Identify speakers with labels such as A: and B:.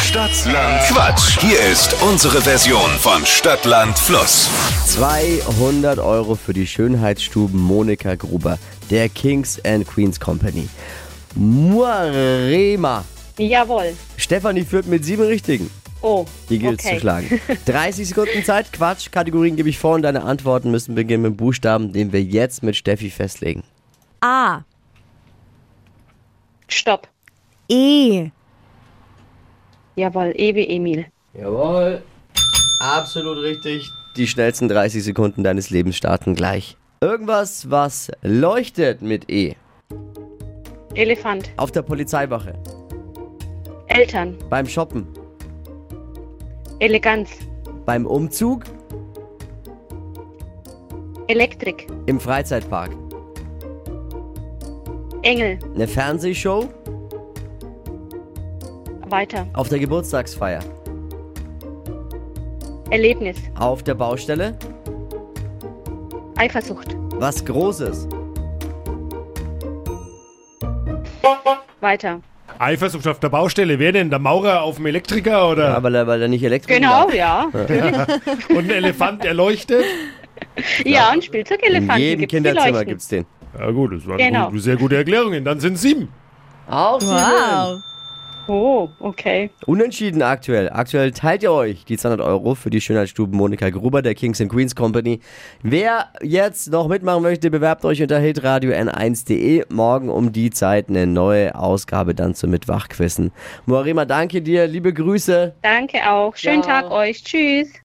A: Stadtland Quatsch. Hier ist unsere Version von Stadtland Fluss.
B: 200 Euro für die Schönheitsstuben Monika Gruber, der Kings and Queens Company. Muarema.
C: Jawohl.
B: Stefanie führt mit sieben Richtigen.
C: Oh.
B: Hier gilt es
C: okay.
B: zu schlagen. 30 Sekunden Zeit, Quatsch. Kategorien gebe ich vor und deine Antworten müssen beginnen mit Buchstaben, den wir jetzt mit Steffi festlegen.
D: A,
C: Stopp.
D: E,
C: Jawohl, Ewe Emil.
B: Jawohl. Absolut richtig. Die schnellsten 30 Sekunden deines Lebens starten gleich. Irgendwas, was leuchtet mit E.
C: Elefant.
B: Auf der Polizeiwache.
C: Eltern.
B: Beim Shoppen.
C: Eleganz.
B: Beim Umzug.
C: Elektrik.
B: Im Freizeitpark.
C: Engel.
B: Eine Fernsehshow.
C: Weiter.
B: Auf der Geburtstagsfeier.
C: Erlebnis.
B: Auf der Baustelle.
C: Eifersucht.
B: Was Großes.
C: Weiter.
E: Eifersucht auf der Baustelle. Wer denn? Der Maurer auf dem Elektriker oder?
B: Aber weil er nicht Elektro
C: Genau, ja.
E: Und ein Elefant erleuchtet?
C: Ja, und Spielzeugelefanten.
B: In jedem
C: gibt's, die
B: Kinderzimmer
C: leuchten.
B: gibt's den.
E: Ja gut, das waren
C: Genau.
E: gut, sehr gute Erklärungen. Dann sind sieben.
B: Auch
D: wow.
C: Oh, okay.
B: Unentschieden aktuell. Aktuell teilt ihr euch die 200 Euro für die Schönheitsstuben Monika Gruber der Kings and Queens Company. Wer jetzt noch mitmachen möchte, bewerbt euch unter hitradio n1.de. Morgen um die Zeit eine neue Ausgabe dann zum Mitwachquissen. Moarima, danke dir. Liebe Grüße.
C: Danke auch. Schönen Tag euch. Tschüss.